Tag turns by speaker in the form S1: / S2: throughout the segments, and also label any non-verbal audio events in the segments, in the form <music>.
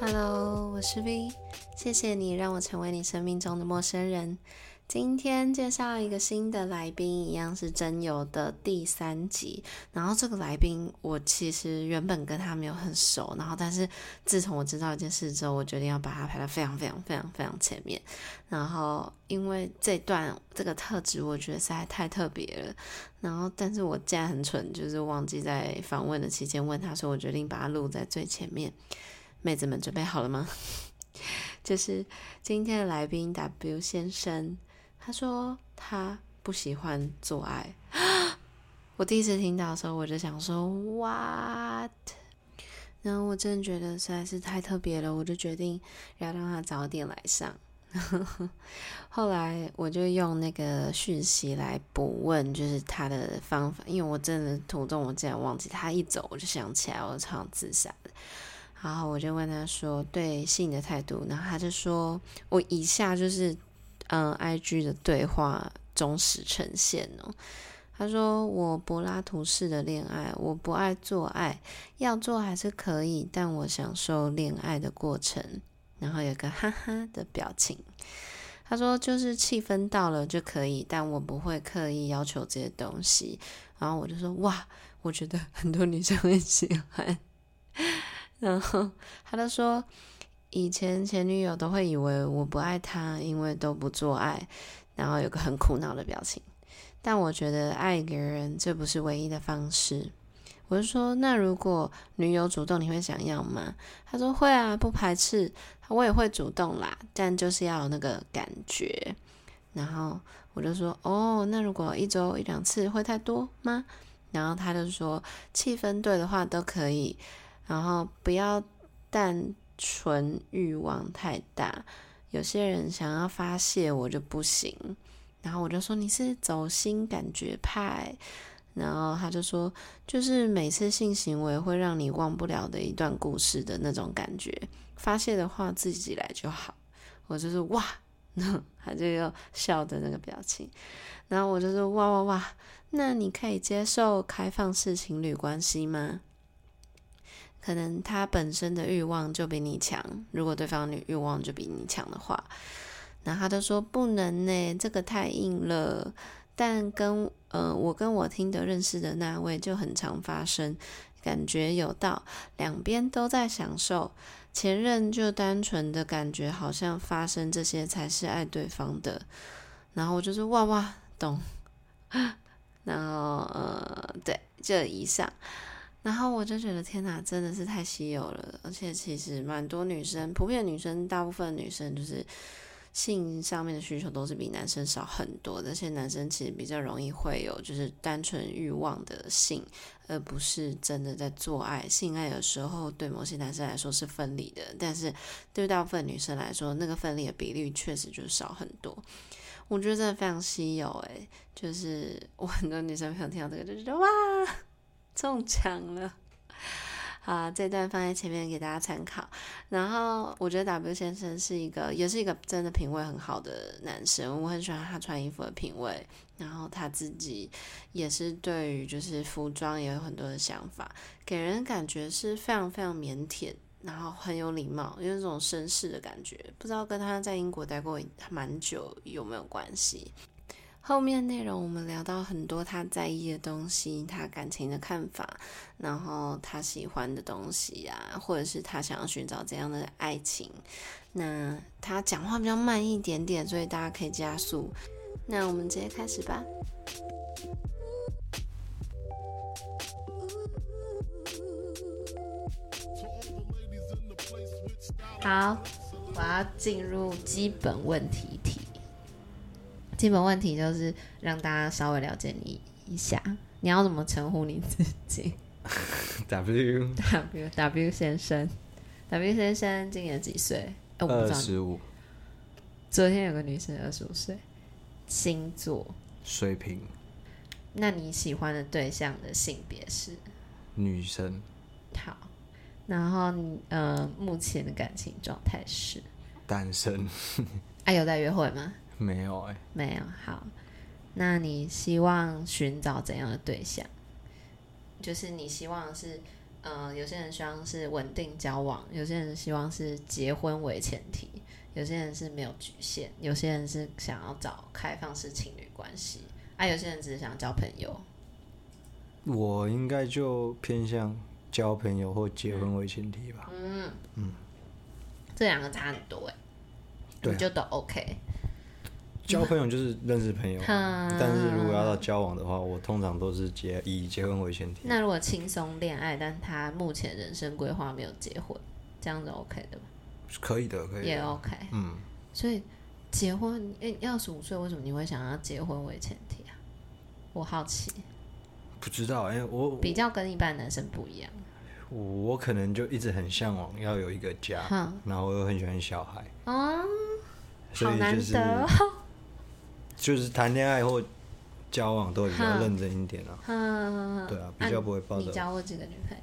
S1: Hello，我是 V，谢谢你让我成为你生命中的陌生人。今天介绍一个新的来宾，一样是真友的第三集。然后这个来宾，我其实原本跟他没有很熟，然后但是自从我知道一件事之后，我决定要把他排到非常非常非常非常前面。然后因为这段这个特质，我觉得实在太特别了。然后但是我竟然很蠢，就是忘记在访问的期间问他，所以我决定把它录在最前面。妹子们准备好了吗？ <laughs> 就是今天的来宾 W 先生，他说他不喜欢做爱。 <gasps> 我第一次听到的时候，我就想说 what？然后我真的觉得实在是太特别了，我就决定要让他早点来上。 <laughs> 后来我就用那个讯息来补问，就是他的方法，因为我真的途中我竟然忘记，他一走我就想起来，我超想自杀的。然后我就问他说对性的态度，然后他就说我以下就是嗯 I G 的对话忠实呈现哦。他说我柏拉图式的恋爱，我不爱做爱，要做还是可以，但我享受恋爱的过程。然后有个哈哈的表情。他说就是气氛到了就可以，但我不会刻意要求这些东西。然后我就说哇，我觉得很多女生会喜欢。然后他就说，以前前女友都会以为我不爱她，因为都不做爱，然后有个很苦恼的表情。但我觉得爱一个人这不是唯一的方式。我就说，那如果女友主动，你会想要吗？他说会啊，不排斥，我也会主动啦，但就是要有那个感觉。然后我就说，哦，那如果一周一两次会太多吗？然后他就说，气氛对的话都可以，然后不要单纯欲望太大。有些人想要发泄，我就不行。然后我就说你是走心感觉派，然后他就说就是每次性行为会让你忘不了的一段故事的那种感觉。发泄的话自己来就好。我就是哇， <laughs> 他就又笑的那个表情。然后我就说哇哇哇，那你可以接受开放式情侣关系吗？可能他本身的欲望就比你强，如果对方的欲望就比你强的话，然后他就说不能呢，这个太硬了。但跟呃，我跟我听得认识的那位就很常发生，感觉有到两边都在享受，前任就单纯的感觉好像发生这些才是爱对方的，然后我就是哇哇懂， <laughs> 然后呃对，这以上。然后我就觉得天哪，真的是太稀有了，而且其实蛮多女生，普遍女生，大部分女生就是性上面的需求都是比男生少很多的，而且男生其实比较容易会有就是单纯欲望的性，而不是真的在做爱。性爱有时候对某些男生来说是分离的，但是对大部分女生来说，那个分离的比率确实就少很多。我觉得真的非常稀有诶、就是 <laughs> 我很多女生朋友听到这个就觉得哇。 <laughs> 中奖了。啊，这段放在前面给大家参考。然后我觉得 W 先生是一个，也是一个真的品味很好的男生，我很喜欢他穿衣服的品味。然后他自己也是对于就是服装也有很多的想法，给人感觉是非常非常腼腆，然后很有礼貌，有一种绅士的感觉。不知道跟他在英国待过蛮久有没有关系？后面内容我们聊到很多他在意的东西，他感情的看法，然后他喜欢的东西啊，或者是他想要寻找怎样的爱情。那他讲话比较慢一点点，所以大家可以加速。那我们直接开始吧。好，我要进入基本问题题。基本问题就是让大家稍微了解你一下，你要怎么称呼你自己
S2: <laughs> W
S1: <laughs> ？W W 先生，W 先生今年几岁？哎、我不
S2: 二
S1: 知道你。
S2: 十五，
S1: 昨天有个女生二十五岁，星座。
S2: 水瓶，
S1: 那你喜欢的对象的性别是？
S2: 女生，
S1: 好，然后你呃，目前的感情状态是？
S2: 单身，
S1: 啊，有在约会吗？
S2: 没有哎、
S1: 没有。好，那你希望寻找怎样的对象？就是你希望是呃，有些人希望是稳定交往，有些人希望是结婚为前提，有些人是没有局限，有些人是想要找开放式情侣关系，啊，有些人只是想交朋友。
S2: 我应该就偏向交朋友或结婚为前提吧。
S1: 这两个差很多哎、
S2: 对啊
S1: 你就都 OK。
S2: 交朋友就是认识朋友，
S1: <laughs> 嗯
S2: 但是如果要到交往的话，我通常都是结以结婚为前提。
S1: 那如果轻松恋爱，但他目前人生规划没有结婚，这样子 OK 的吗？
S2: 可以的，可以
S1: 也
S2: 的。
S1: OK。
S2: 嗯，
S1: 所以结婚，诶、二十五岁为什么你会想要结婚为前提啊？我好奇，
S2: 不知道，哎、我
S1: 比较跟一般男生不一样。
S2: 我我可能就一直很向往要有一个家，
S1: 哼
S2: 然后我又很喜欢小孩，
S1: 哦，
S2: 所
S1: 好
S2: 以
S1: 难
S2: 就
S1: 得
S2: 是
S1: 哦。
S2: 就是谈恋爱或交往都会比较
S1: 哼
S2: 认真一点啊。
S1: 嗯，
S2: 对啊比较不会抱着
S1: 你交过几个女朋友？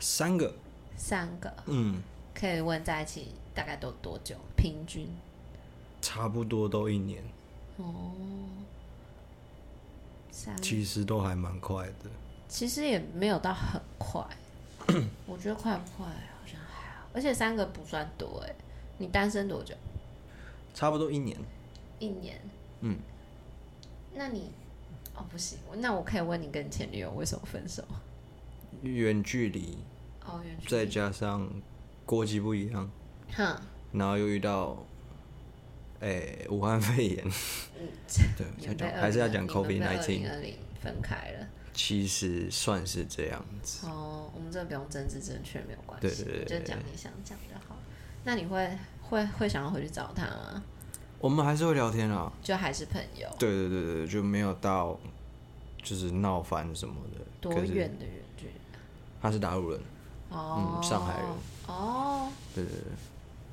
S2: 三个，
S1: 三个，
S2: 嗯，
S1: 可以问在一起大概都多久？平均？
S2: 差不多都一年，
S1: 哦，三个，
S2: 其实都还蛮快的。
S1: 其实也没有到很
S2: <clears throat>
S1: 快，我觉得快不快好像还好，而且三个不算多哎。你单身多久？
S2: 差不多一年，
S1: 一年。
S2: 嗯，
S1: 那你哦不行，那我可以问你跟前女友为什么分手？
S2: 远距离，
S1: 哦，原
S2: 再加上国籍不一样，
S1: 哼，
S2: 然后又遇到，诶、武汉肺炎，
S1: 嗯
S2: <laughs> 对，要呃讲还是要讲 COVID
S1: 二零
S2: nineteen，
S1: 二零分开了。
S2: 其实算是这样子。
S1: 哦，我们这不用政治正确，没有关
S2: 对
S1: 系，
S2: 对对对
S1: 就讲你想讲就好。那你会会会想要回去找他吗？
S2: 我们还是会聊天啊，
S1: 就还是朋友？
S2: 对对对对，就没有到就是闹翻什么的。
S1: 多
S2: 可是
S1: 远的远距离？
S2: 他是大陆人，
S1: 哦、
S2: 嗯，上海人，
S1: 哦，
S2: 对对对，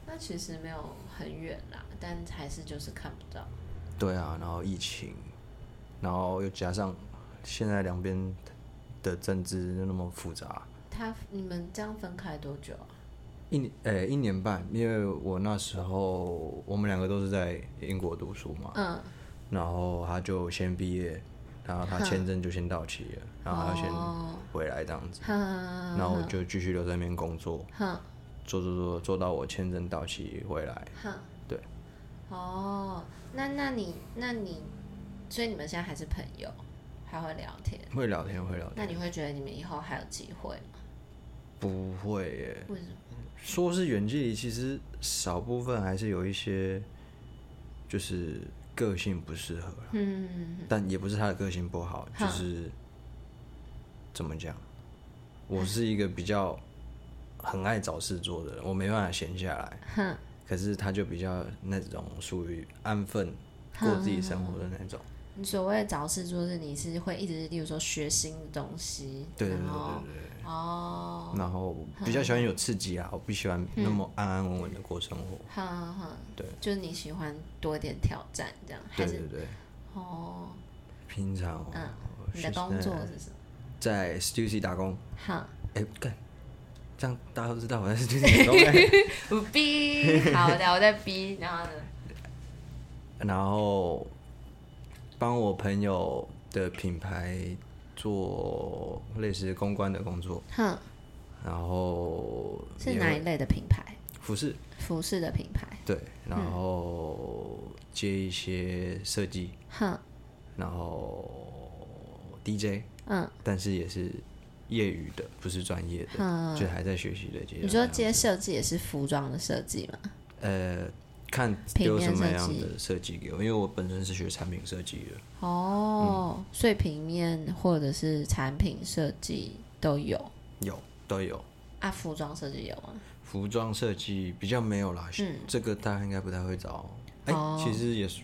S1: 那其实没有很远啦，但还是就是看不到。
S2: 对啊，然后疫情，然后又加上现在两边的政治又那么复杂，
S1: 他你们这样分开多久啊？
S2: 一年诶、一年半，因为我那时候我们两个都是在英国读书嘛，
S1: 嗯，
S2: 然后他就先毕业，然后他签证就先到期了，然后他先
S1: 哦嗯
S2: 回来这样子，
S1: 哼
S2: 然后我就继续留在那边工作，
S1: 哼
S2: 做做做做到我签证到期回来，
S1: 哼，
S2: 对，
S1: 哦，那那你那你，所以你们现在还是朋友，还会聊天？
S2: 会聊天会聊
S1: 那
S2: 天，
S1: 你会觉得你们以后还有机会吗？
S2: 不会耶，
S1: 为什么？
S2: 说是远距离，其实少部分还是有一些就是个性不适合啦，
S1: 嗯，
S2: 但也不是他的个性不好，就
S1: 哼
S2: 是怎么讲，我是一个比较很爱找事做的人，我没办法闲下来。
S1: 哼，
S2: 可是他就比较那种属于安分过自己生活的那种，
S1: 你所谓的找事做是你是会一直，例如说学新的东西，
S2: 对对
S1: 然
S2: 对对
S1: 后
S2: 对对。
S1: 哦，嗯
S2: 然后比较喜欢有刺激啊，我不喜欢那么安安稳稳的过生活。
S1: 哈哈哈，
S2: 对，
S1: 就是你喜欢多一点挑战这样，还
S2: 对
S1: 是
S2: 对对，
S1: 哦，
S2: 平常哦哎
S1: 你的工作是什么？
S2: 在 Stussy 打工，
S1: 哈，
S2: 哎干，这样大家都知道我在 Stussy 打
S1: <laughs>
S2: 工哎。
S1: 我逼，好的，我在逼，然后呢？
S2: 然后帮我朋友的品牌做类似公关的工作，
S1: 哼，
S2: 然后
S1: 是
S2: 也
S1: 哪
S2: 会
S1: 一类的品牌？
S2: 服饰
S1: 服饰的品牌？
S2: 对，然
S1: 嗯
S2: 后接一些设计，
S1: 哼，
S2: 然后 DJ，
S1: 嗯，
S2: 但是也是业余的，不是专业的，就还在学习的阶段。
S1: 你说接设计也是服装的设计吗？
S2: 呃，看
S1: 平
S2: 丢
S1: 面
S2: 什么
S1: 设
S2: 样
S1: 计
S2: 的设计给我，因为我本身是学产品设计的，
S1: 哦，所以平面或者是产品设计都有
S2: 有都有。
S1: 啊，服装设计有吗？
S2: 服装设计比较没有啦，这个大家应该不太会找。哎、
S1: 嗯哦
S2: 其实也是，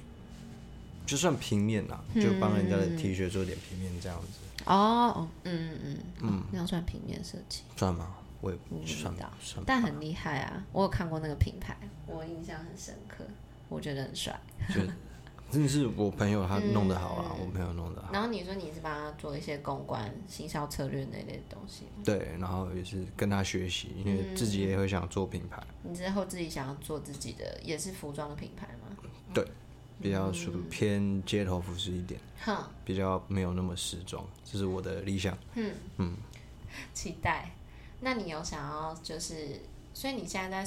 S2: 就算平面啦，就帮人家
S1: 嗯
S2: 的 T 恤做点平面这样子，
S1: 哦，嗯嗯嗯，哦那样算平面设计，
S2: 算吗？我也
S1: 我不知
S2: 算
S1: 道
S2: 算吧，
S1: 但很厉害啊！我有看过那个品牌，我印象很深刻，我觉得很帅。
S2: 就真的是我朋友他弄得好啦，
S1: 嗯
S2: 我朋友弄得好。
S1: 然后你说你是帮他做一些公关、行销策略那类的东西，
S2: 对，然后也是跟他学习，因为自己
S1: 嗯
S2: 也会想做品牌，
S1: 你之后自己想要做自己的，也是服装的品牌吗？
S2: 对，比较属
S1: 嗯
S2: 于偏街头服饰一点，
S1: 哼，
S2: 比较没有那么时装，这是我的理想。
S1: 嗯，期待。那你有想要就是，所以你现在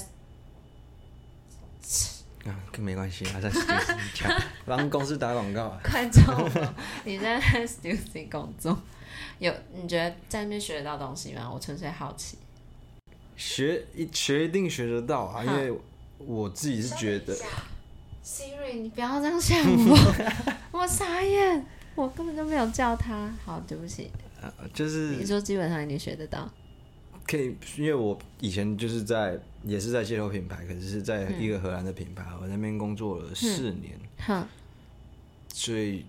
S1: 在
S2: 啊，跟没关系啊，在 Stussy 讲，帮公司打广告啊。
S1: 快中了， <laughs> 你现在在 Stussy 工作，有你觉得在那边学得到东西吗？我纯粹好奇。
S2: 学一学一定学得到啊，因
S1: 好
S2: 为我自己是觉得，
S1: Siri，你不要这样吓我，我傻眼，我根本就没有叫他。好，对不起，
S2: 啊就是
S1: 你说基本上已经学得到，
S2: 可以，因为我以前就是在也是在街头品牌，可是是在一个荷兰的品牌，我在那边工作了四年，
S1: 哼，
S2: 所以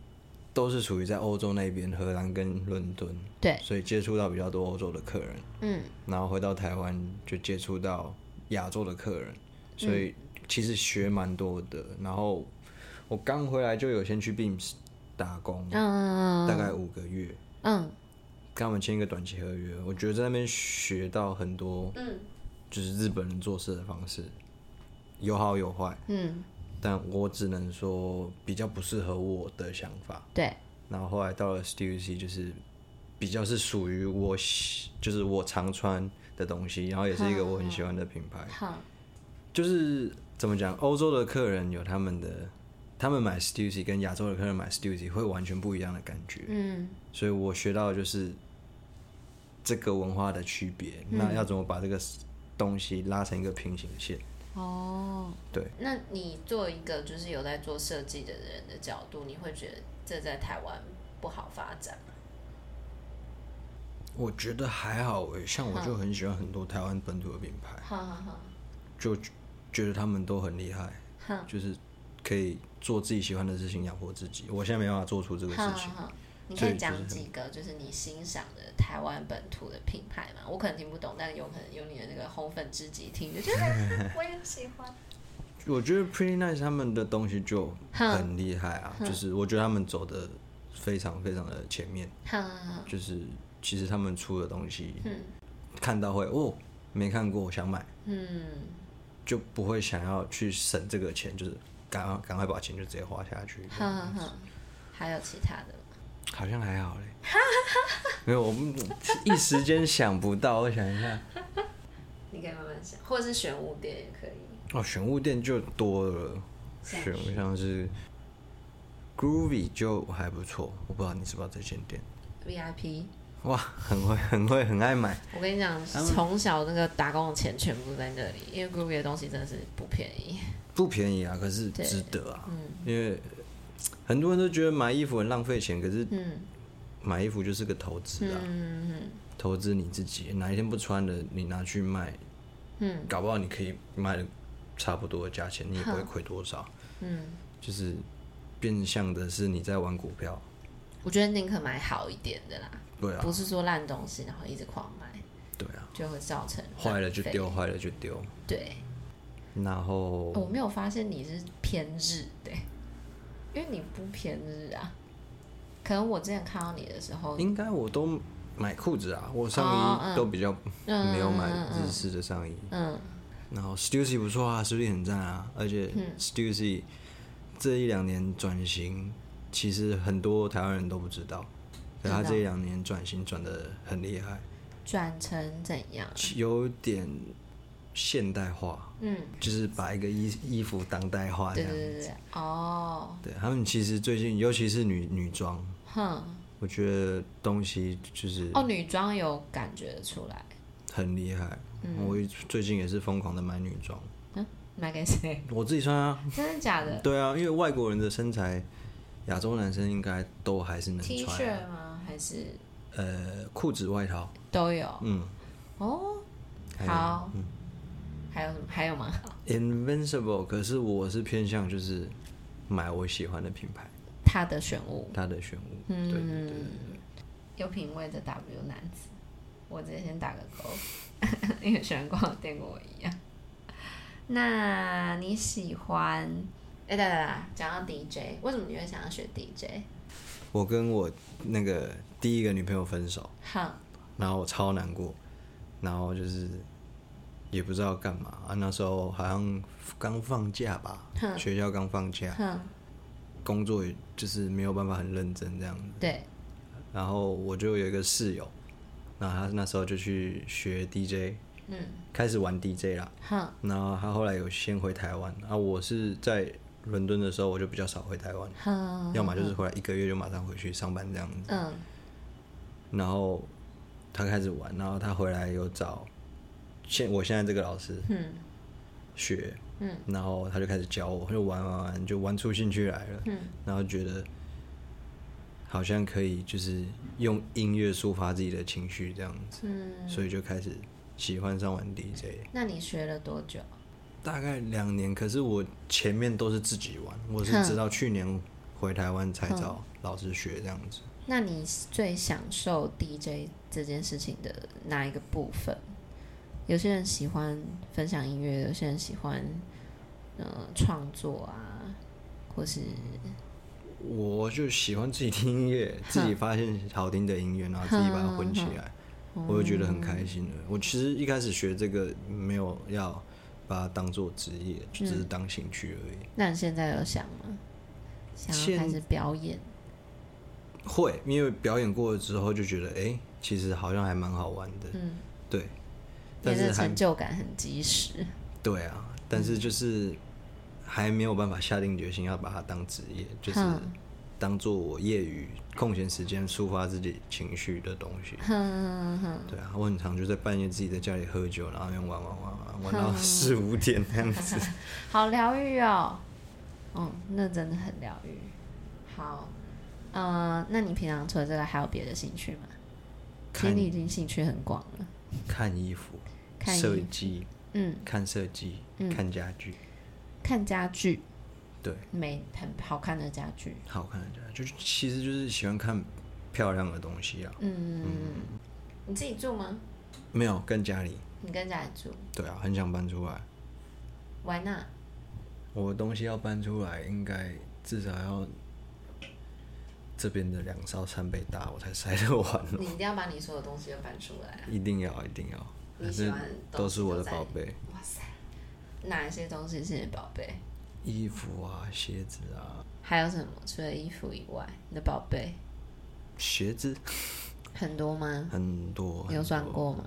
S2: 都是属于在欧洲那边，荷兰跟伦敦，
S1: 对，
S2: 所以接触到比较多欧洲的客人，
S1: 嗯，
S2: 然后回到台湾就接触到亚洲的客人，
S1: 嗯
S2: 所以其实学蛮多的。然后我刚回来就有先去 Beams 打工，
S1: 嗯
S2: 大概五个月，
S1: 嗯
S2: 跟他们签一个短期合约，我觉得在那边学到很多，
S1: 嗯
S2: 就是日本人做事的方式，有好有坏，
S1: 嗯，
S2: 但我只能说比较不适合我的想法。
S1: 对，
S2: 然后后来到了 Stussy，就是比较是属于我喜，就是我常穿的东西，然后也是一个我很喜欢的品牌。
S1: 好，
S2: 就是怎么讲，欧洲的客人有他们的，他们买 Stussy 跟亚洲的客人买 Stussy 会完全不一样的感觉。
S1: 嗯
S2: 所以我学到的就是这个文化的区别，那要怎么把这个东西拉成一个平行线？
S1: 哦，
S2: 对，
S1: 那你作为一个就是有在做设计的人的角度，你会觉得这在台湾不好发展吗？
S2: 我觉得还好诶、像我就很喜欢很多台湾本土的品牌，
S1: 好好好，
S2: 就觉得他们都很厉害，
S1: 哼
S2: 就是可以做自己喜欢的事情养活自己。我现在没办法做出这个事
S1: 好
S2: 情，
S1: 好好，你
S2: 所
S1: 可
S2: 以
S1: 以
S2: 就是
S1: 讲
S2: 很
S1: 几个就是你欣赏的台湾本土的品牌吗？我可能听不懂，但有可能有你的那个红粉知己听就觉
S2: <laughs>
S1: 得啊我也喜欢。
S2: 我觉得 Pretty Nice 他们的东西就
S1: 哼
S2: 很厉害啊，就是我觉得他们走的非常非常的前面，
S1: 好好好，
S2: 就是其实他们出的东西
S1: 嗯
S2: 看到会哦没看过，我想买。
S1: 嗯，
S2: 就不会想要去省这个钱，就是赶快赶快把钱就直接花下去。
S1: 好好好，还有其他的吗？
S2: 好像还好嘞，没有，我们一时间想不到。我想一下，
S1: 你可以慢慢想，或者是选五点也可以。
S2: 哦，选物店就多了，
S1: 像
S2: 选像是 Groovy 就还不错，我不知道你知不知道这间店。
S1: VIP，
S2: 哇，很会，很会，很爱买。
S1: 我跟你讲，
S2: 嗯
S1: 从小那个打工的钱全部在那里，因为 Groovy 的东西真的是不便宜。
S2: 不便宜啊，可是
S1: 对嗯
S2: 值得啊，因为很多人都觉得买衣服很浪费钱，可是
S1: 嗯
S2: 买衣服就是个投资啊，
S1: 嗯
S2: 投资你自己，哪一天不穿了，你拿去卖，
S1: 嗯
S2: 搞不好你可以卖的差不多的价钱，你也不会亏多少。
S1: 嗯，
S2: 就是变相的是你在玩股票，
S1: 我觉得宁可买好一点的啦，
S2: 对啊
S1: 不，是说烂东西然后一直狂买，
S2: 对啊，
S1: 就会造成浪费
S2: 坏了就。丢，坏了就丢。
S1: 对，
S2: 然后
S1: 哦我没有发现你是偏日的、欸因为你不偏日啊。可能我之前看到你的时候，
S2: 应该我都买裤子啊，我
S1: 哦
S2: 上衣
S1: 嗯
S2: 都比较
S1: 嗯
S2: 没有买
S1: 嗯嗯
S2: 日式的上衣。
S1: 嗯
S2: 然后 Stussy 不错啊，Stussy 很赞啊，而且
S1: 嗯
S2: Stussy 这一两年转型，其实很多台湾人都不知道，可他
S1: 知道
S2: 这一两年转型转的很厉害，
S1: 转成怎样？
S2: 有点现代化，
S1: 嗯，
S2: 就是把一个衣衣服当代化啊
S1: 对
S2: 这样。
S1: 对对对，哦，
S2: 对他们其实最近，尤其是女女装，
S1: 哼，
S2: 我觉得东西就是
S1: 哦，女装有感觉得出来，
S2: 很厉害。我最近也是疯狂的买女装，
S1: 嗯，买给谁？
S2: 我自己穿啊，
S1: 真的假的
S2: 对啊，因为外国人的身材，亚洲男生应该都还是能
S1: ？T
S2: 穿。啊
S1: 恤吗？还是
S2: 呃，裤子、外套，
S1: 都有？
S2: 嗯
S1: 哦，
S2: 还有嗯
S1: 好，还有什么？还有吗？
S2: ，Invincible。可是我是偏向就是买我喜欢的品牌，
S1: 他的选物。
S2: 它的选物。
S1: 嗯
S2: 对对对对对。
S1: 有品味的 W 男子，我直接先打个勾， <laughs> 因为喜欢逛的店跟我一样。那你喜欢？哎、对对对，讲到 DJ，为什么你会想要学 DJ？
S2: 我跟我那个第一个女朋友分手，
S1: 哼，
S2: 然后我超难过，然后就是也不知道干嘛啊。那时候好像刚放假吧，学校刚放假，
S1: 哼，
S2: 工作也就是没有办法很认真这样子。
S1: 对，
S2: 然后我就有一个室友，然后他那时候就去学 DJ，
S1: 嗯，
S2: 开始玩 DJ 啦。
S1: 哼，
S2: 然后他后来有先回台湾，啊，我是在伦敦的时候我就比较少回台湾，
S1: 哼，
S2: 要么就是回来一个月就马上回去上班这样子。
S1: 嗯，
S2: 然后他开始玩，然后他回来有找现我现在这个老师
S1: 嗯，
S2: 学，
S1: 嗯，
S2: 然后他就开始教我，就玩玩玩，就玩出兴趣来了，
S1: 嗯，
S2: 然后觉得好像可以就是用音乐抒发自己的情绪这样子，
S1: 嗯，
S2: 所以就开始喜欢上玩 DJ，
S1: 那你学了多久？
S2: 大概两年，可是我前面都是自己玩，我是
S1: 哼
S2: 直到去年回台湾才找老师学这样子。
S1: 那你最享受 DJ 这件事情的哪一个部分？有些人喜欢分享音乐，有些人喜欢呃创作啊，或是
S2: 我就喜欢自己听
S1: <laughs>
S2: 音乐，自己发现好听的音乐，然后自己把它混起来，
S1: 嗯
S2: 我就觉得很开心了。我其实一开始学这个没有要把它当做职业，就只是
S1: 嗯
S2: 当兴趣而已。
S1: 那你现在有想吗？想要开
S2: 现
S1: 始表演？
S2: 会，因为表演过了之后就觉得，哎、其实好像还蛮好玩的。
S1: 嗯，
S2: 对，
S1: 你
S2: 但是
S1: 的
S2: 还
S1: 成嗯就感很及时。
S2: 对啊，但是就是还没有办法下定决心要把它当职业，就是
S1: 嗯
S2: 当做我业余空闲时间抒发自己情绪的东西。
S1: 哼哼哼，
S2: 对啊，我很常就在半夜自己在家里喝酒，然后用玩玩玩玩玩到四五点那
S1: <laughs>
S2: 样子。
S1: 好疗愈哦。嗯，那真的很疗愈。好，呃，那你平常除了这个还有别的兴趣吗？其实
S2: 看
S1: 你已经兴趣很广了。
S2: 看衣服、
S1: 看衣服
S2: 设计、
S1: 嗯，
S2: 看设计、看家具，
S1: 看家具，
S2: 对，
S1: 美很好看的家具。
S2: 好看的家具，就是其实就是喜欢看漂亮的东西啊。
S1: 嗯，你自己住吗？
S2: 没有跟家里，
S1: 你跟家里住
S2: 对啊，很想搬出来。
S1: ？Why not？ <laughs>
S2: 我东西要搬出来，应该至少要这边的两到三倍大，我才塞得完哦。
S1: 你一定要把你所有东西都搬出来啊。
S2: 一定要，一定要，
S1: 你
S2: 还
S1: 喜
S2: 是
S1: 欢的东西
S2: 都是我的
S1: 都在
S2: 宝贝，
S1: 哇塞，哪一些东西是你的宝贝？
S2: 衣服啊，鞋子啊，
S1: 还有什么？除了衣服以外，你的宝贝
S2: 鞋子
S1: 很多吗？
S2: 很多，
S1: 你有算过吗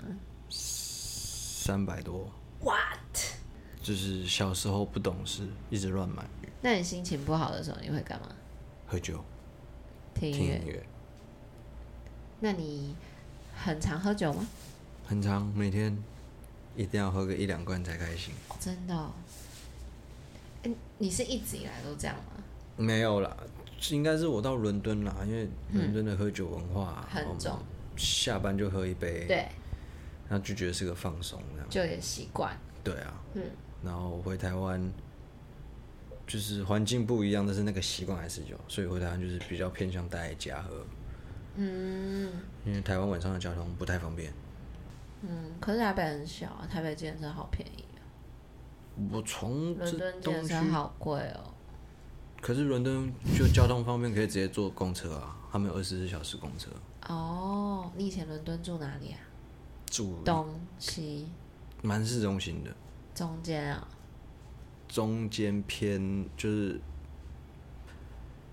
S2: 三百多，
S1: ？What？
S2: 就是小时候不懂事，一直乱买，
S1: 那你心情不好的时候你会干嘛？
S2: 喝酒，
S1: 听
S2: 听
S1: 音乐
S2: 音。乐，
S1: 那你很常喝酒吗？
S2: 很长，每天一定要喝个一两罐才开心。
S1: 哦真的、哦？嗯，你是一直以来都这样吗？
S2: 没有啦，应该是我到伦敦啦，因为
S1: 嗯
S2: 伦敦的喝酒文化、啊
S1: 很
S2: 我们
S1: 重
S2: 下班就喝一杯，，
S1: 对，
S2: 然后就觉得是个放松这样。
S1: 就也习惯。
S2: 对啊，
S1: 嗯，
S2: 然后回台湾就是环境不一样，但是那个习惯还是有，所以回台湾就是比较偏向待在家喝，
S1: 嗯
S2: 因为台湾晚上的交通不太方便。
S1: 嗯，可是台北很小啊，台北健身好便宜啊，
S2: 我从
S1: 伦
S2: 这
S1: 敦
S2: 东
S1: 健
S2: 嗯区，
S1: 身好贵哦。
S2: 可是伦敦就交通方面可以直接坐公车啊，他们有二十四小时公车，
S1: 哦，你以前伦敦住哪里啊？
S2: 住
S1: 东西
S2: 蛮市中心的。
S1: 中间啊、
S2: 中间偏就是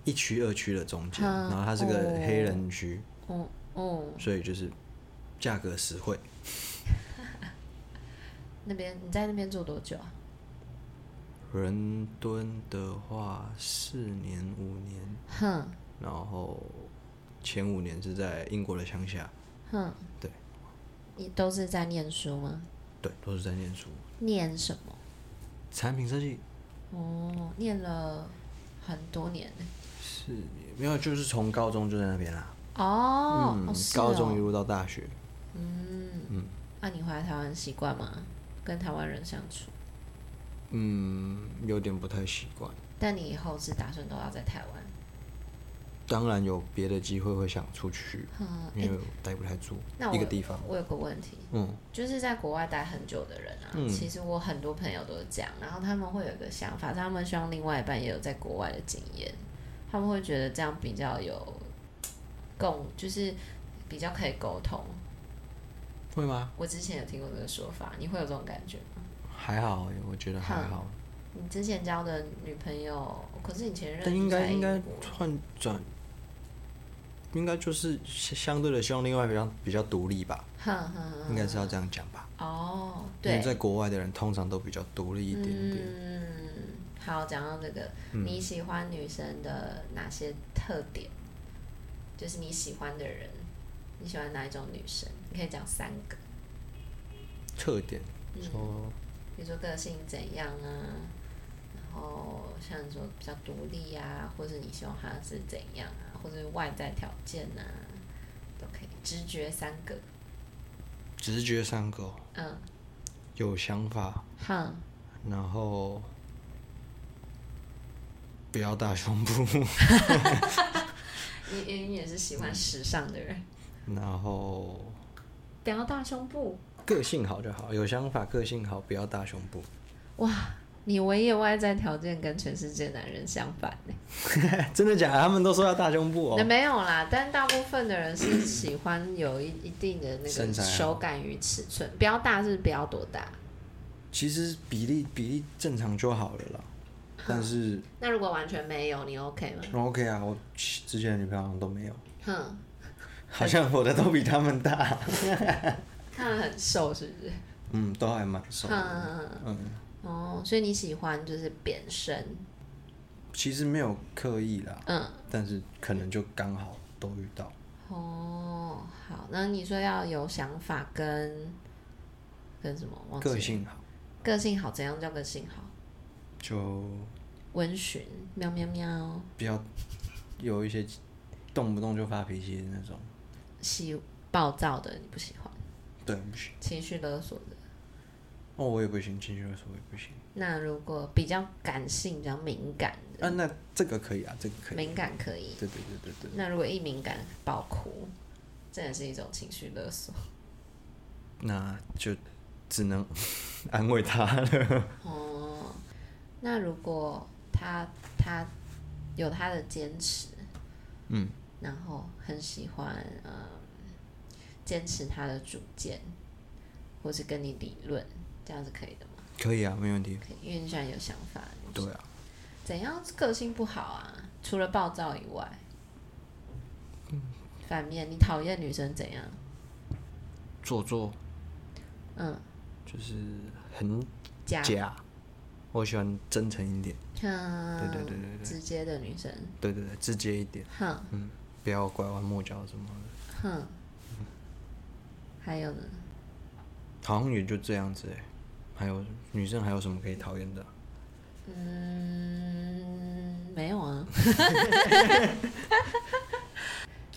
S2: 一区二区的中间，
S1: 嗯
S2: 然后它是个
S1: 哦
S2: 黑人区，
S1: 哦，嗯嗯，
S2: 所以就是价格实惠。
S1: 那边你在那边住多久啊？
S2: 伦敦的话，四年五年，
S1: 哼
S2: 然后前五年是在英国的乡下，
S1: 哼，
S2: 对，
S1: 你都是在念书吗？
S2: 对，都是在念书，
S1: 念什么？
S2: 产品设计
S1: 哦，念了很多年呢。
S2: 四年，没有，就是从高中就在那边啦，
S1: 哦，
S2: 嗯
S1: 哦是哦
S2: 高中一路到大学，
S1: 嗯嗯，那、你回来台湾习惯吗？跟台湾人相处？
S2: 嗯，有点不太习惯。
S1: 但你以后是打算都要在台湾？
S2: 当然有别的机会会想出去，
S1: <laughs> 嗯
S2: 因为我待不太住
S1: 那我
S2: 一个地方。
S1: 我有个问题，
S2: 嗯，
S1: 就是在国外待很久的人啊，
S2: 嗯
S1: 其实我很多朋友都是这样，然后他们会有一个想法，他们希望另外一半也有在国外的经验，他们会觉得这样比较有共，就是比较可以沟通。
S2: 会吗？
S1: 我之前有听过这个说法，你会有这种感觉吗？
S2: 还好欸，我觉得还好，
S1: 你之前交的女朋友，可是你前任
S2: 但应该
S1: 在英
S2: 应该
S1: 国
S2: 换转应该就是相相对的希望另外一方比较独立吧，
S1: 哼哼，
S2: 应该是要这样讲吧。
S1: 哦，
S2: 因
S1: 对
S2: 为，在国外的人通常都比较独立一点点。嗯
S1: 嗯，好，讲到这个，你喜欢女生的哪些特点？就是你喜欢的人，你喜欢哪一种女生？你可以讲三个，
S2: 特点，
S1: 嗯
S2: 说
S1: 比如说个性怎样啊，然后像你说比较独立啊，或者你希望她是怎样啊，或者是外在条件啊，都可以。直觉三个，
S2: 直觉上够，
S1: 嗯，
S2: 有想法，
S1: 哼，
S2: 然后不要大胸部，
S1: 你你你也是喜欢时尚的人，
S2: 然后
S1: 不要嗯大胸部。
S2: 个性好就好，有想法，个性好，不要大胸部。 <laughs>
S1: 你唯一的外在条件跟全世界男人相反呢、
S2: 真的假的？他们都说要大胸部
S1: 那
S2: 哦。
S1: 没有啦，但大部分的人是喜欢有一一定的那
S2: 身
S1: 个
S2: 材啊
S1: 手感与尺寸，不要大是不要多大。
S2: 其实比例比例正常就好了啦。但是
S1: 那如果完全没有，你 OK 吗？
S2: OK 啊，我之前的女朋友好像都没有，
S1: 哼，
S2: 好像我的都比他们大。 <laughs>
S1: 看了很瘦是不是？
S2: 嗯，都还蛮瘦的。
S1: 哼，
S2: 嗯，
S1: 哦，所以你喜欢就是扁身，
S2: 其实没有刻意啦，
S1: 嗯，
S2: 但是可能就刚好都遇到。
S1: 哦，好，那你说要有想法跟跟什么？忘记了
S2: 个性好，
S1: 个性好，怎样叫个性好？
S2: 就
S1: 温驯，喵喵喵，
S2: 比较有一些动不动就发脾气的那种。
S1: 喜暴躁的你不喜欢，
S2: 对，不行。
S1: 情绪勒索的。
S2: 哦，我也不行，情绪勒索我也不行。
S1: 那如果比较感性、比较敏感的，
S2: 啊，那这个可以啊，这个可以。
S1: 敏感可以。
S2: 对对对对对。
S1: 那如果一敏感爆哭，这也是一种情绪勒索。
S2: 那就只能 <laughs> 安慰他了。
S1: 哦，那如果他他有他的坚持，
S2: 嗯，
S1: 然后很喜欢嗯坚持他的主见，或是跟你理论，这样是可以的吗？
S2: 可以啊，没问题。
S1: 可以，因为你现在有想法。你
S2: 对啊，
S1: 怎样个性不好啊？除了暴躁以外，
S2: 嗯
S1: 反面你讨厌女生怎样？
S2: 做作
S1: 嗯，
S2: 就是很
S1: 假，
S2: 假，我喜欢真诚一点。
S1: 嗯，
S2: 对对对对对
S1: 直接的女生，
S2: 对对对，直接一点，
S1: 哼
S2: 不要拐弯抹角什么的。
S1: 哼，还有呢？
S2: 好像也就这样子哎、还有女生还有什么可以讨厌的？
S1: 嗯，没有啊。 <laughs>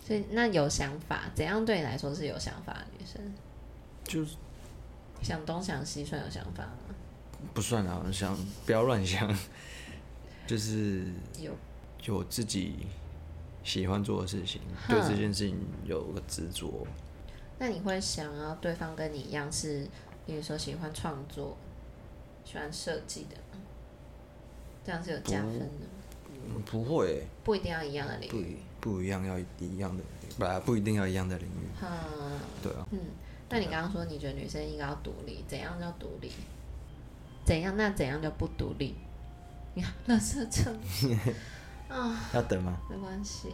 S1: 所以那有想法，怎样对你来说是有想法的女生？
S2: 就是
S1: 想东想西算有想法吗？
S2: 不算啊，我想不要乱想， <laughs> 就是
S1: 有，
S2: 有自己喜欢做的事情，
S1: 哼
S2: 对这件事情有个执着。
S1: 那你会想要对方跟你一样是，比如说喜欢创作、喜欢设计的吗，这样是有加分的吗，
S2: 嗯不会欸、
S1: 不一定要一样的领
S2: 不
S1: 域。
S2: 一不一样要一样的，不不一定要一样的领域，
S1: 嗯，
S2: 对啊，
S1: 那你刚刚说你觉得女生应该要独立，怎样叫独立？怎样？那怎样叫不独立？ <laughs> 你看，乐色车啊，
S2: 要等吗？
S1: 没关系，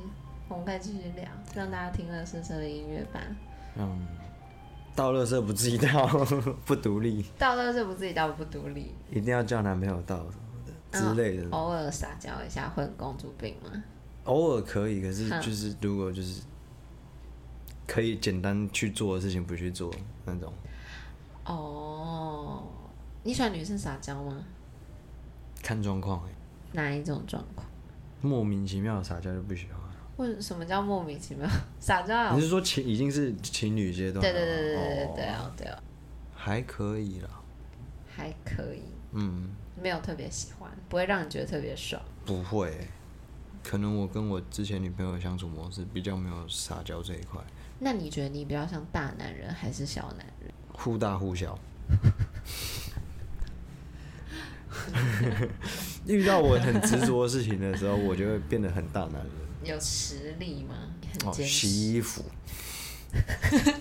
S1: 我们可以继续聊，让大家听乐色车的音乐吧。
S2: 嗯，到垃圾不自己倒， <laughs> 不独立，
S1: 到乐色不自己叫不独立，
S2: 一定要叫男朋友倒什么的之类的，
S1: 偶尔撒娇一下会很公主病吗？
S2: 偶尔可以，可是
S1: 嗯
S2: 就是如果就是可以简单去做的事情不去做那种，
S1: 哦，你喜欢女生撒娇吗？
S2: 看状况欸、
S1: 哪一种状况？
S2: 莫名其妙的撒娇就不喜欢。
S1: 为什么叫莫名其妙 <laughs> 撒娇啊？
S2: 你是说情已经是情侣阶段
S1: 对
S2: 了
S1: 对
S2: 吗？
S1: 对对对对
S2: 哦
S1: 对啊对啊，
S2: 还可以啦，
S1: 还可以，
S2: 嗯，
S1: 没有特别喜欢，不会让你觉得特别爽。
S2: 不会欸、可能我跟我之前女朋友的相处模式比较没有撒娇这一块，
S1: 那你觉得你比较像大男人还是小男人？
S2: 忽大忽小。遇到我很执着的事情的时候，我就会变得很大男人。
S1: 有实力吗？你很
S2: 哦，
S1: 坚持。
S2: 洗
S1: <laughs>
S2: 衣服，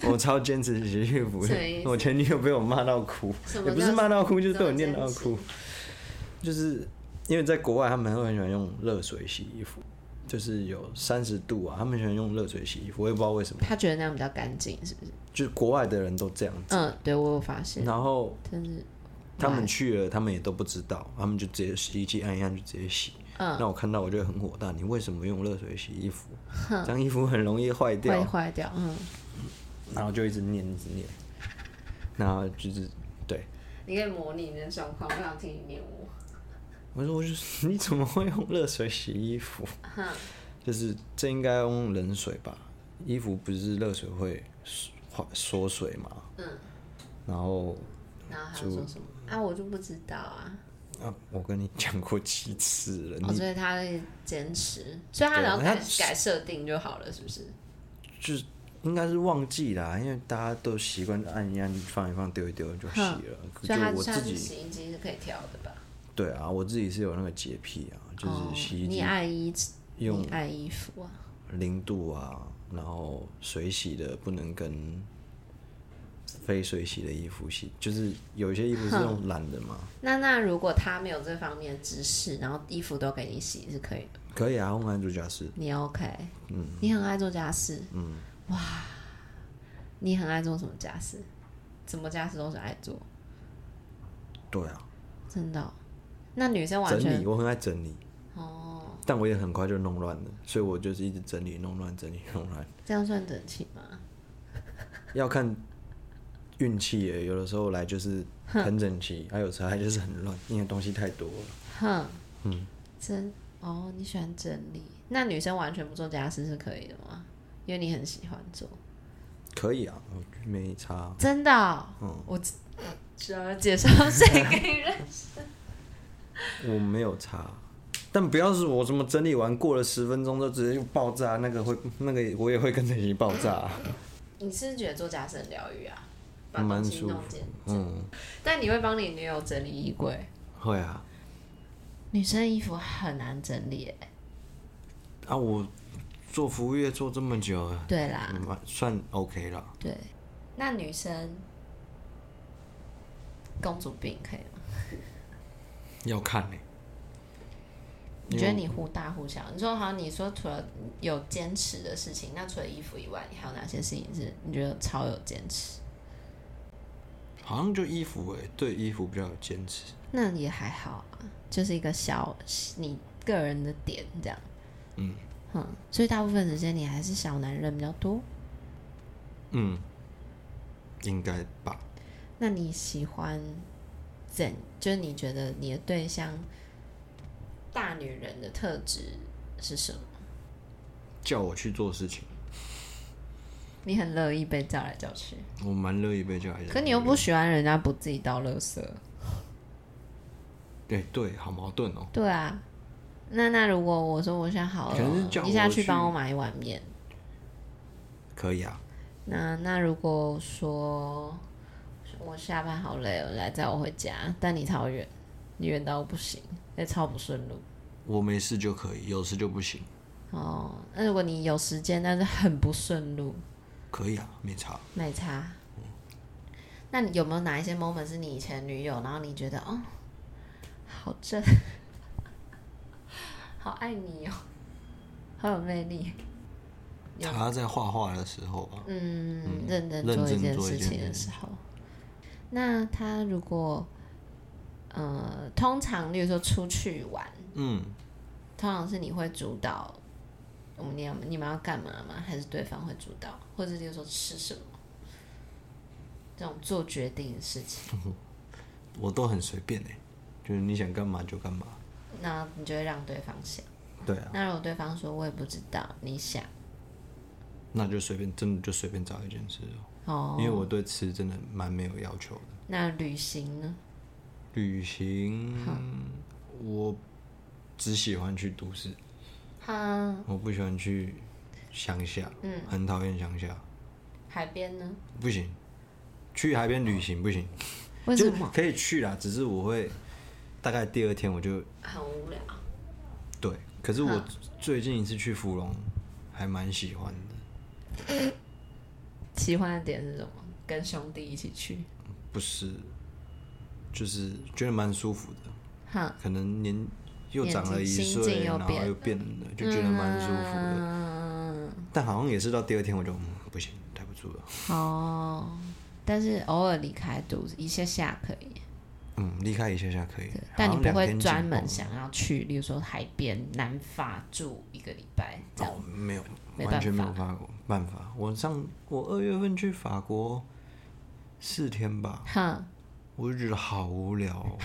S2: 我超坚持洗衣服
S1: 什么意思
S2: 的。我前女友被我骂到哭，
S1: 什么
S2: 也不
S1: 叫
S2: 是骂到哭，就是被我
S1: 怎么
S2: 念
S1: 坚
S2: 到
S1: 持
S2: 哭。就是因为在国外，他们会很喜欢用热水洗衣服，就是有三十度啊，他们喜欢用热水洗衣服，我也不知道为什么，
S1: 他觉得那样比较干净，是不是？
S2: 就是国外的人都这样子。
S1: 嗯，对我有发现，
S2: 然后
S1: 真是，
S2: 他
S1: 哎
S2: 们去了，他们也都不知道，他们就直接洗衣机按一按就直接洗。
S1: 嗯，
S2: 那我看到我就很火大，你为什么用热水洗衣服？这样衣服很容易坏掉
S1: 会。坏掉，嗯。
S2: 然后就一直念一直念，然后就是对，
S1: 你可以模拟你的状况，我想听你念我。
S2: 我说我就是你怎么会用热水洗衣服？
S1: 哼，
S2: 就是这应该用冷水吧？衣服不是热水会缩缩水嘛？
S1: 嗯。
S2: 然后
S1: 然后还有说什么？啊，我就不知道啊。
S2: 啊，我跟你讲过几次了，
S1: 哦，
S2: 你
S1: 所以他会坚持，所以他只要
S2: 对
S1: 改
S2: 他
S1: 改设定就好了，是不是？
S2: 就是应该是忘记啦，因为大家都习惯按一按、放一放、丢一丢就洗了。
S1: 所以他
S2: 就我自
S1: 算是
S2: 己
S1: 洗衣机是可以调的吧？
S2: 对啊，我自己是有那个洁癖啊，就是洗衣
S1: 哦、你
S2: 机
S1: 爱衣，
S2: 用
S1: 你爱衣服啊？
S2: 零度啊，然后水洗的不能跟非水洗的衣服洗，就是有一些衣服是用懒的嘛。
S1: 那那如果他没有这方面的知识，然后衣服都给你洗是可以的，
S2: 可以啊，用安主家是，
S1: 你 OK？
S2: 嗯，
S1: 你很爱做家事，
S2: 嗯，
S1: 哇，你很爱做什么家事？怎么家事都是爱做，
S2: 对啊，
S1: 真的哦、那女生完
S2: 整
S1: 全
S2: 理我很爱整理，
S1: 哦，
S2: 但我也很快就弄乱了，所以我就是一直整理弄乱整理弄乱，
S1: 这样算整齐吗？
S2: 要看运气耶，有的时候来就是很整齐，还有时候还就是很乱，因为东西太多了。
S1: 哼，
S2: 嗯，
S1: 真哦，你喜欢整理，那女生完全不做家事是可以的吗？因为你很喜欢做，
S2: 可以啊，我没差。
S1: 真的哦、
S2: 嗯
S1: 我只只要介绍 <laughs> 谁给你认识？
S2: 我没有查，但不要是我怎么整理完过了十分钟就直接就爆炸，那个会那个我也会跟着一起爆炸，
S1: 你是不是觉得做家事很疗愈啊？把东
S2: 蛮
S1: 西
S2: 舒
S1: 弄
S2: 服
S1: 简。
S2: 嗯，
S1: 但你会帮你女友整理衣柜？
S2: 会啊
S1: 女生衣服很难整理、欸，
S2: 啊！我做服务业做这么久了，
S1: 对啦，
S2: 蛮算 OK 了。
S1: 对。那女生公主病可以吗？
S2: 要看呢、
S1: 你觉得你忽大忽小？你说好，你说除了有坚持的事情，那除了衣服以外，你还有哪些事情是你觉得超有坚持？
S2: 好像就衣服哎、对衣服比较有坚持。
S1: 那也还好啊，就是一个小你个人的点这样。
S2: 嗯
S1: 嗯，所以大部分时间你还是小男人比较多。
S2: 嗯，应该吧。
S1: 那你喜欢怎？就是你觉得你的对象大女人的特质是什么？
S2: 叫我去做事情，
S1: 你很乐意被叫来叫去，
S2: 我蛮乐意被叫来的。
S1: 可你又不喜欢人家不自己倒垃圾。
S2: 对对，好矛盾哦、
S1: 对啊，那那如果我说我想好
S2: 可是
S1: 了，
S2: 叫
S1: 你下
S2: 我
S1: 去
S2: 去
S1: 帮我买一碗面。
S2: 可以啊，
S1: 那那如果说我下班好累了，来载我回家，但你超远，你远到不行，也超不顺路。
S2: 我没事就可以，有事就不行。
S1: 哦，那如果你有时间，但是很不顺路，
S2: 可以啊，没差。
S1: 奶茶。那你有没有哪一些 moment 是你以前女友，然后你觉得哦，好正， <laughs> 好爱你哦， <laughs> 好有魅力。哦有
S2: 他在画画的时候啊，
S1: 嗯，认真
S2: 认
S1: 做一
S2: 真
S1: 件
S2: 做一
S1: 事
S2: 件
S1: 情的
S2: 事
S1: 时候，那他如果呃，通常例如说出去玩，
S2: 嗯，
S1: 通常是你会主导我们你要你们要干嘛吗？还是对方会主导，或者例如说吃什么这种做决定的事情，
S2: 我都很随便哎、就是你想干嘛就干嘛。
S1: 那你就会让对方想。
S2: 对啊，
S1: 那如果对方说我也不知道，你想
S2: 那就随便，真的就随便找一件事哦、
S1: 哦，
S2: 因为我对吃真的蛮没有要求的。
S1: 那旅行呢？
S2: 旅行，我只喜欢去都市，
S1: 哈，
S2: 我不喜欢去乡下，
S1: 嗯，
S2: 很讨厌乡下，
S1: 海边呢？
S2: 不行，去海边旅行不行，
S1: 为什
S2: 就
S1: 么
S2: 可以去啦，只是我会大概第二天我就
S1: 很无聊？
S2: 对，可是我最近一次去芙蓉，还蛮喜欢的。
S1: 喜欢的点是什么？跟兄弟一起去，
S2: 不是，就是觉得蛮舒服的。
S1: 哈，
S2: 可能年又长了一
S1: 眼睛心
S2: 岁，
S1: 境又
S2: 然后
S1: 变了
S2: 又变了，就觉得蛮舒服的。
S1: 嗯，
S2: <laughs> 但好像也是到第二天，我就、嗯、不行，待不住了。
S1: 哦，但是偶尔离开读一下下可以，
S2: 嗯，离开一下下可以，
S1: 但你
S2: 好像
S1: 不会
S2: 两天哦
S1: 专
S2: 紧
S1: 门
S2: 绷
S1: 想要去，例如说海边、南法住一个礼拜这样
S2: 哦，。没有，
S1: 没
S2: 完全没
S1: 办
S2: 有办法办法。我上我二月份去法国四天吧，
S1: 哼，
S2: 我就觉得好无聊、哦，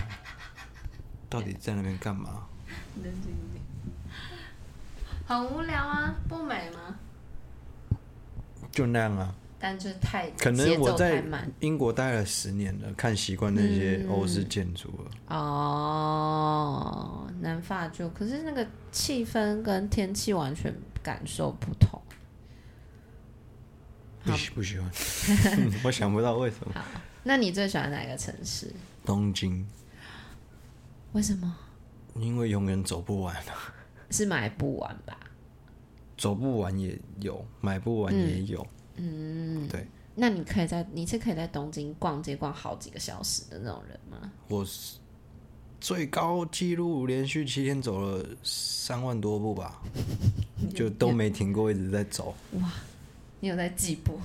S2: 到底在那边干嘛？
S1: 很无聊啊，不美吗？
S2: 就那样啊。
S1: 但就是太
S2: 可
S1: 节
S2: 能我
S1: 奏太
S2: 在
S1: 慢
S2: 英国待了十年了，看习惯那些欧式建筑了。
S1: 哦，南法住，可是那个气氛跟天气完全感受不同。
S2: 不喜不喜欢， <laughs> 我想不到为什么。
S1: 那你最喜欢哪个城市？
S2: 东京，
S1: 为什么？
S2: 因为永远走不完啊，
S1: 是买不完吧？
S2: 走不完也有，买不完也有。嗯，对，
S1: 那你可以在你是可以在东京逛街逛好几个小时的那种人吗？
S2: 我是最高纪录连续七天走了三万多步吧，就都没停过，一直在走。
S1: 你有在记不？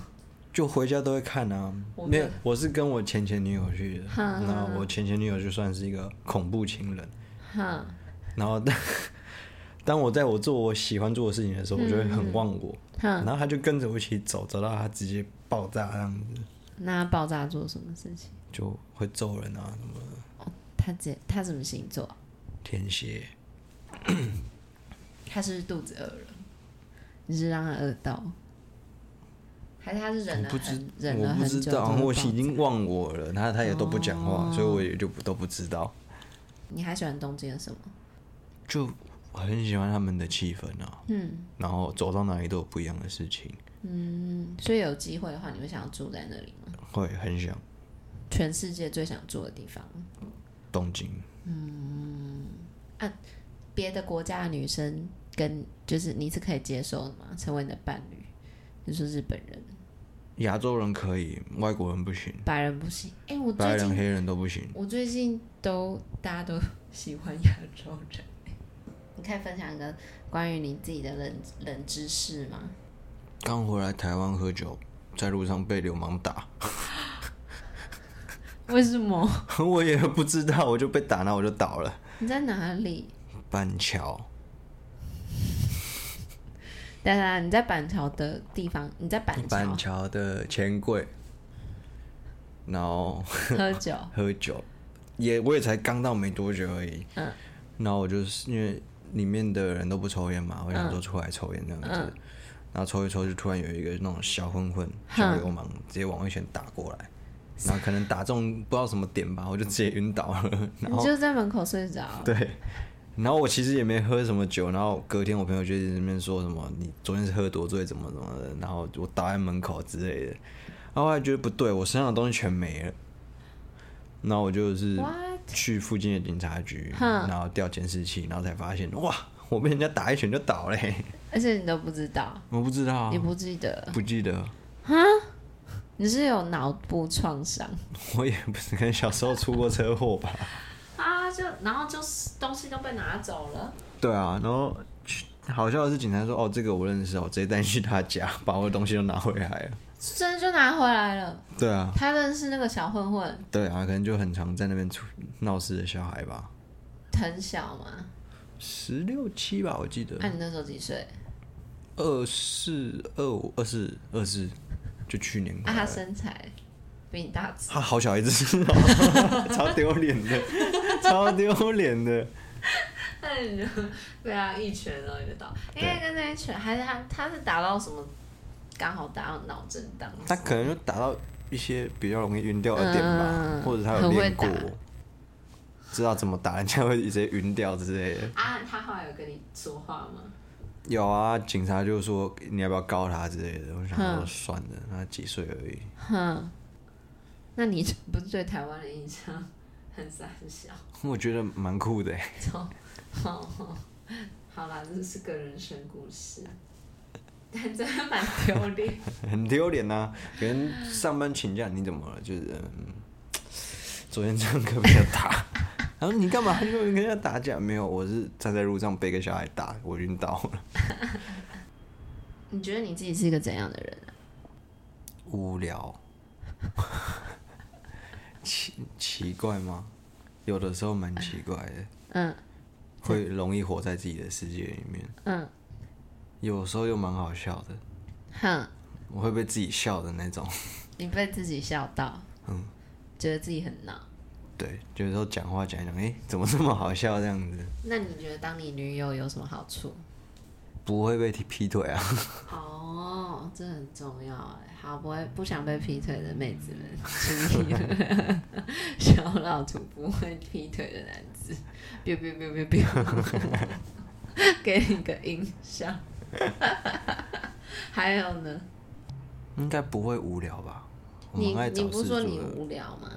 S2: 就回家都会看啊
S1: 我，
S2: 没有，我是跟我前前女友去的，那我前前女友就算是一个恐怖情人，
S1: 哈，
S2: 然后当 <laughs> 当我在我做我喜欢做的事情的时候，我就会
S1: 嗯
S2: 很忘我，
S1: 哼
S2: 然后他就跟着我一起走，走到他直接爆炸这样子，
S1: 那他爆炸做什么事情？
S2: 就会揍人啊什么的
S1: 他姐他什么星座？
S2: 天蝎，
S1: 他是不是肚子饿了？你是让他饿到，还是他是忍了
S2: 我不知
S1: 很忍
S2: 我
S1: 了
S2: 不
S1: 很
S2: 知
S1: 久？
S2: 道，我已。经忘我了，他他也都不讲话，所以
S1: 哦
S2: 我也就不都不知道，
S1: 你还喜欢东京的什么？
S2: 就我很喜欢他们的气氛啊，嗯，然后走到哪里都有不一样的事情，
S1: 嗯，所以有机会的话，你会想要住在那里吗？
S2: 会很想。
S1: 全世界最想住的地方，
S2: 东京，
S1: 别的国家的女生跟就是你是可以接受的吗？成为你的伴侣，就是日本人、
S2: 亚洲人可以，外国人不行，
S1: 白人不行。哎、我最
S2: 白人、
S1: 近
S2: 黑人都不行。
S1: 我最近都大家都喜欢亚洲人。 <laughs> 你可以分享一个关于你自己的冷冷知识吗？
S2: 刚回来台湾喝酒，在路上被流氓打， <laughs>
S1: 为什么？
S2: 我也不知道，我就被打，那我就倒了。
S1: 你在哪里？
S2: 板桥，
S1: 当然，你在板桥的地方，你在板桥
S2: 板桥的钱柜，然后
S1: 喝酒，
S2: 喝酒，也我也才刚到没多久而已。
S1: 嗯。
S2: 然后我就是因为里面的人都不抽烟嘛，我想说出来抽烟这样子。然后抽一抽，就突然有一个那种小混混、小流氓直接往我一拳打过来，然后可能打中不知道什么点吧，我就直接晕倒了。 <laughs> 然
S1: 你
S2: 后
S1: 就在门口睡着。
S2: 对，然后我其实也没喝什么酒，然后隔天我朋友就在那边说什么你昨天是喝多醉怎么怎么的，然后我倒在门口之类的，然后我还觉得不对，我身上的东西全没了，然后我就是去附近的警察局，然后调监视器，然后才发现哇，我被人家打一拳就倒嘞、
S1: 而且你都不知道，
S2: <laughs> 我不知道啊
S1: 你，不记得，
S2: 不记得，
S1: 你是有脑部创伤
S2: 我也不是跟小时候出过车祸吧。
S1: 啊？就然后就是东西都被拿走了，
S2: <laughs> 对啊，然后好笑的是，警察说：“哦，这个我认识，我直接带你去他家，把我的东西都拿回来了。
S1: 真的就拿回来了。”
S2: 对啊，
S1: 他认识那个小混混，
S2: 对啊，可能就很常在那边出闹事的小孩吧，
S1: 很小嘛。
S2: 十六七吧，我记得
S1: 那、你那时候几岁？
S2: 二四二五二四二四，就去年
S1: 啊，
S2: 过来
S1: 他
S2: 了
S1: 身材比你大 <laughs> 只，
S2: 他好小一只哦， <laughs> 超丢脸的，超丢脸的。
S1: 那你就被他啊一拳然后就倒，应该跟那一拳还是他他是打到什么？刚好打到脑震荡。
S2: 他可能就打到一些比较容易晕掉的点吧，
S1: 嗯
S2: 或者他有
S1: 很会
S2: 练过
S1: 打，
S2: 知道怎么打人家会直接晕掉之类的。
S1: 啊，他后来有跟你说话吗？
S2: 有啊，警察就说你要不要告他之类的，我想说算了，他几岁而已，
S1: 哼，那你不是对台湾的印象很三 <laughs> 小？
S2: 我觉得蛮酷的欸。
S1: 哦，好啦，这是个人生故事， <laughs> 但真的蛮丢脸。
S2: 很丢脸呐。别人上班请假，你怎么了？就是、嗯、昨天唱歌比较大， <laughs> 然后你干嘛就跟人家打架？没有，我是站在路上被个小孩打，我晕倒了。
S1: <laughs> 你觉得你自己是一个怎样的人啊？
S2: 无聊， <laughs> 奇奇怪吗？有的时候蛮奇怪的，
S1: 嗯
S2: 会容易活在自己的世界里面，
S1: 嗯，
S2: 有时候又蛮好笑的，
S1: 哼，
S2: 我会被自己笑的那种。
S1: 你被自己笑到，
S2: 嗯，
S1: 觉得自己很闹。
S2: 对，有时候讲话讲一讲，哎、怎么这么好笑这样子？
S1: 那你觉得当你女友有什么好处？
S2: 不会被踢劈腿啊？
S1: 哦，这很重要哎。好，不会不想被劈腿的妹 <laughs> 子们，注意了小老土不会劈腿的男子，biu biu biu biu biu，给 <laughs> 你个音效。还有呢，
S2: 应该不会无聊吧？我
S1: 你
S2: 们爱
S1: 你
S2: 找
S1: 不
S2: 事
S1: 是说
S2: 做
S1: 你
S2: 的。
S1: 无聊吗？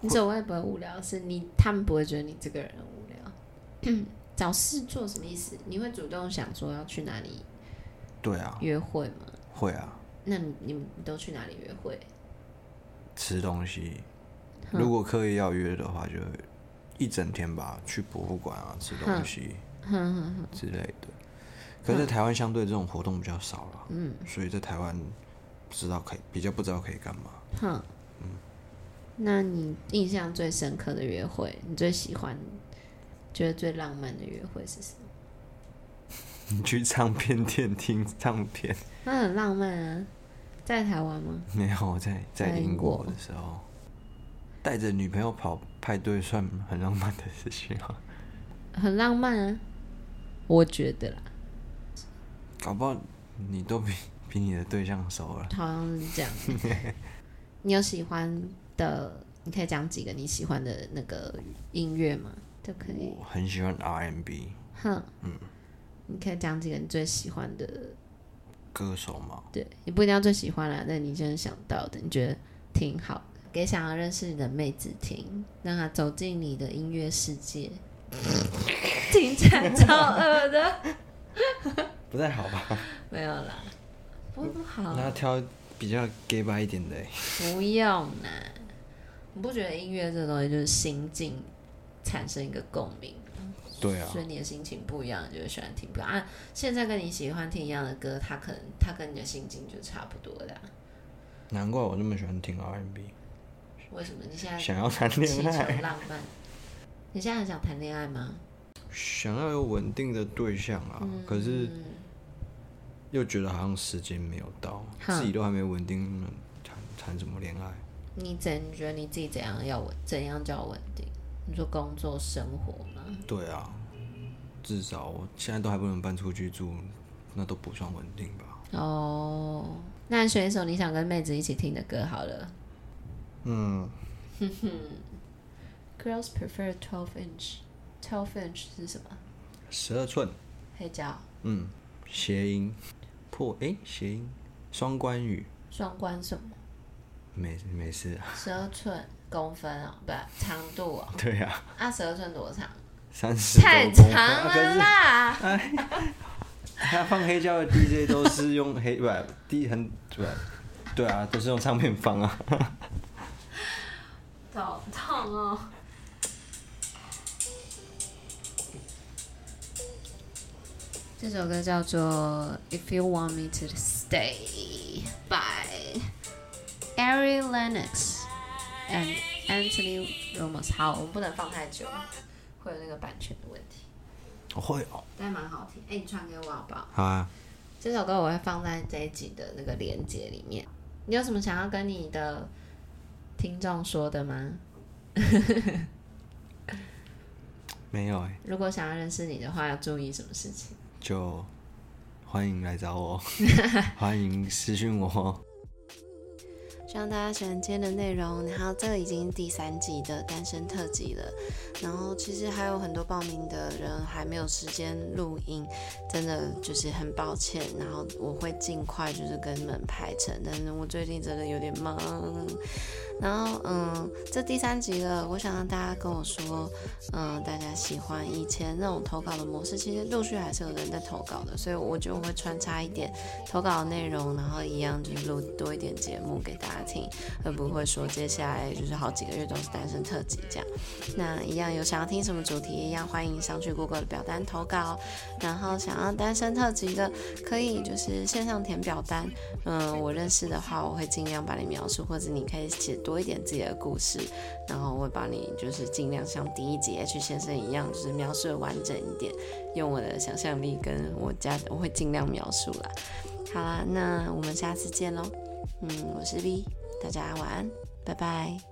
S1: 你所谓不会无聊，是你他们不会觉得你这个人无聊。找事做什么意思？你会主动想说要去哪里
S2: 对啊，
S1: 约会吗？
S2: 会啊，
S1: 那你你们都去哪里约会？
S2: 吃东西。如果刻意要约的话，就一整天吧，去博物馆啊，吃东西之类的。可是在台湾相对这种活动比较少了，嗯，所以在台湾不知道可以比较不知道可以干嘛。 <laughs>
S1: 哼，
S2: 嗯
S1: 那你印象最深刻的约会，你最喜欢、觉得最浪漫的约会是什么？
S2: 你去唱片店听唱片？
S1: 那很浪漫啊，在台湾吗？
S2: 没有，我在在
S1: 在英
S2: 英国
S1: 国
S2: 的时候，带着女朋友跑派对算很浪漫的事情啊。
S1: 很浪漫啊，我觉得啦，
S2: 搞不好你都比 <laughs> 比你的对象熟了。
S1: 好像是 <laughs> 这样。你有喜欢的？你可以讲几个你喜欢的那个音乐吗？都可以。
S2: 我很喜欢 RMB
S1: 哼，你可以讲几个你最喜欢的，
S2: 歌手嘛，
S1: 对，你不一定要最喜欢啦，但你真的想到的，你觉得挺好的，给想要认识你的妹子听，让她走进你的音乐世 <laughs> 界，听起来超恶的，
S2: 不太好吧？
S1: 没有啦，不不好，
S2: 那挑比较 gay 吧一点的欸，
S1: 不用啦，你不觉得音乐这东西就是心境产生一个共鸣？
S2: 对啊
S1: 所，以你的心情不一样，你就会喜欢听歌啊。现在跟你喜欢听一样的歌，它可能它跟你的心情就差不多的啊、
S2: 难怪我那么喜欢听 R&B，
S1: 为什么你现在
S2: 想要谈
S1: 祈
S2: 恋
S1: 求
S2: 爱，
S1: 浪漫。你现在很想谈恋爱吗？
S2: 想要有稳定的对象啊，
S1: 嗯
S2: 可是又觉得好像时间没有到，
S1: 哼
S2: 自己都还没稳定，谈谈什么恋爱？
S1: 你怎你觉得你自己怎样要稳？怎样叫稳定？你说工作生活吗？
S2: 对啊，至少我现在都还不能搬出去住，那都不算稳定吧？
S1: 哦、那你选一首你想跟妹子一起听的歌好了。
S2: 嗯，
S1: <laughs> Girls prefer twelve inch。twelve inch 是什么？
S2: 十二寸，
S1: 黑胶
S2: 嗯，谐音破诶，谐、音双关语，
S1: 双关什么？
S2: 没没事啊，
S1: 十二寸公分哦，不长度哦。
S2: <laughs> 对啊。
S1: 啊，十二寸多长？
S2: 三十
S1: 太长了啦！
S2: 啊他放黑胶的 DJ 都是用黑 <laughs> 不低很不，对啊，都是用唱片放啊。 <laughs>
S1: 好痛哦！这首歌叫做《If You Want Me to Stay》by Ari Lennox and Anthony Ramos。好，我们不能放太久，会有那个版权的问题，
S2: 我会哦，
S1: 但蛮好听。哎、你传给我好不好？
S2: 好啊，
S1: 这首歌我会放在这一集的那个连接里面。你有什么想要跟你的听众说的吗？
S2: 没有哎、
S1: 如果想要认识你的话，要注意什么事情？
S2: 就欢迎来
S1: <laughs>
S2: 找我，欢迎私讯我哦。
S1: 希望大家喜欢今天的内容。然后这个已经第三季的单身特辑了，然后其实还有很多报名的人还没有时间录音，真的就是很抱歉。然后我会尽快就是跟你们排程，但是我最近真的有点忙。然后嗯，这第三集了，我想让大家跟我说，嗯，大家喜欢以前那种投稿的模式，其实陆续还是有人在投稿的，所以我觉得我会穿插一点投稿的内容，然后一样就是录多一点节目给大家家听，而不会说接下来就是好几个月都是单身特辑这样。那一样有想要听什么主题，一样欢迎上去 Google 的表单投稿。然后想要单身特辑的，可以就是线上填表单。嗯，我认识的话，我会尽量把你描述，或者你可以写多一点自己的故事，然后我会帮你就是尽量像第一集 H 先生一样，就是描述的完整一点，用我的想象力跟我家我会尽量描述啦。好啊啦，那我们下次见喽。嗯，我是 V，大家晚安，拜拜。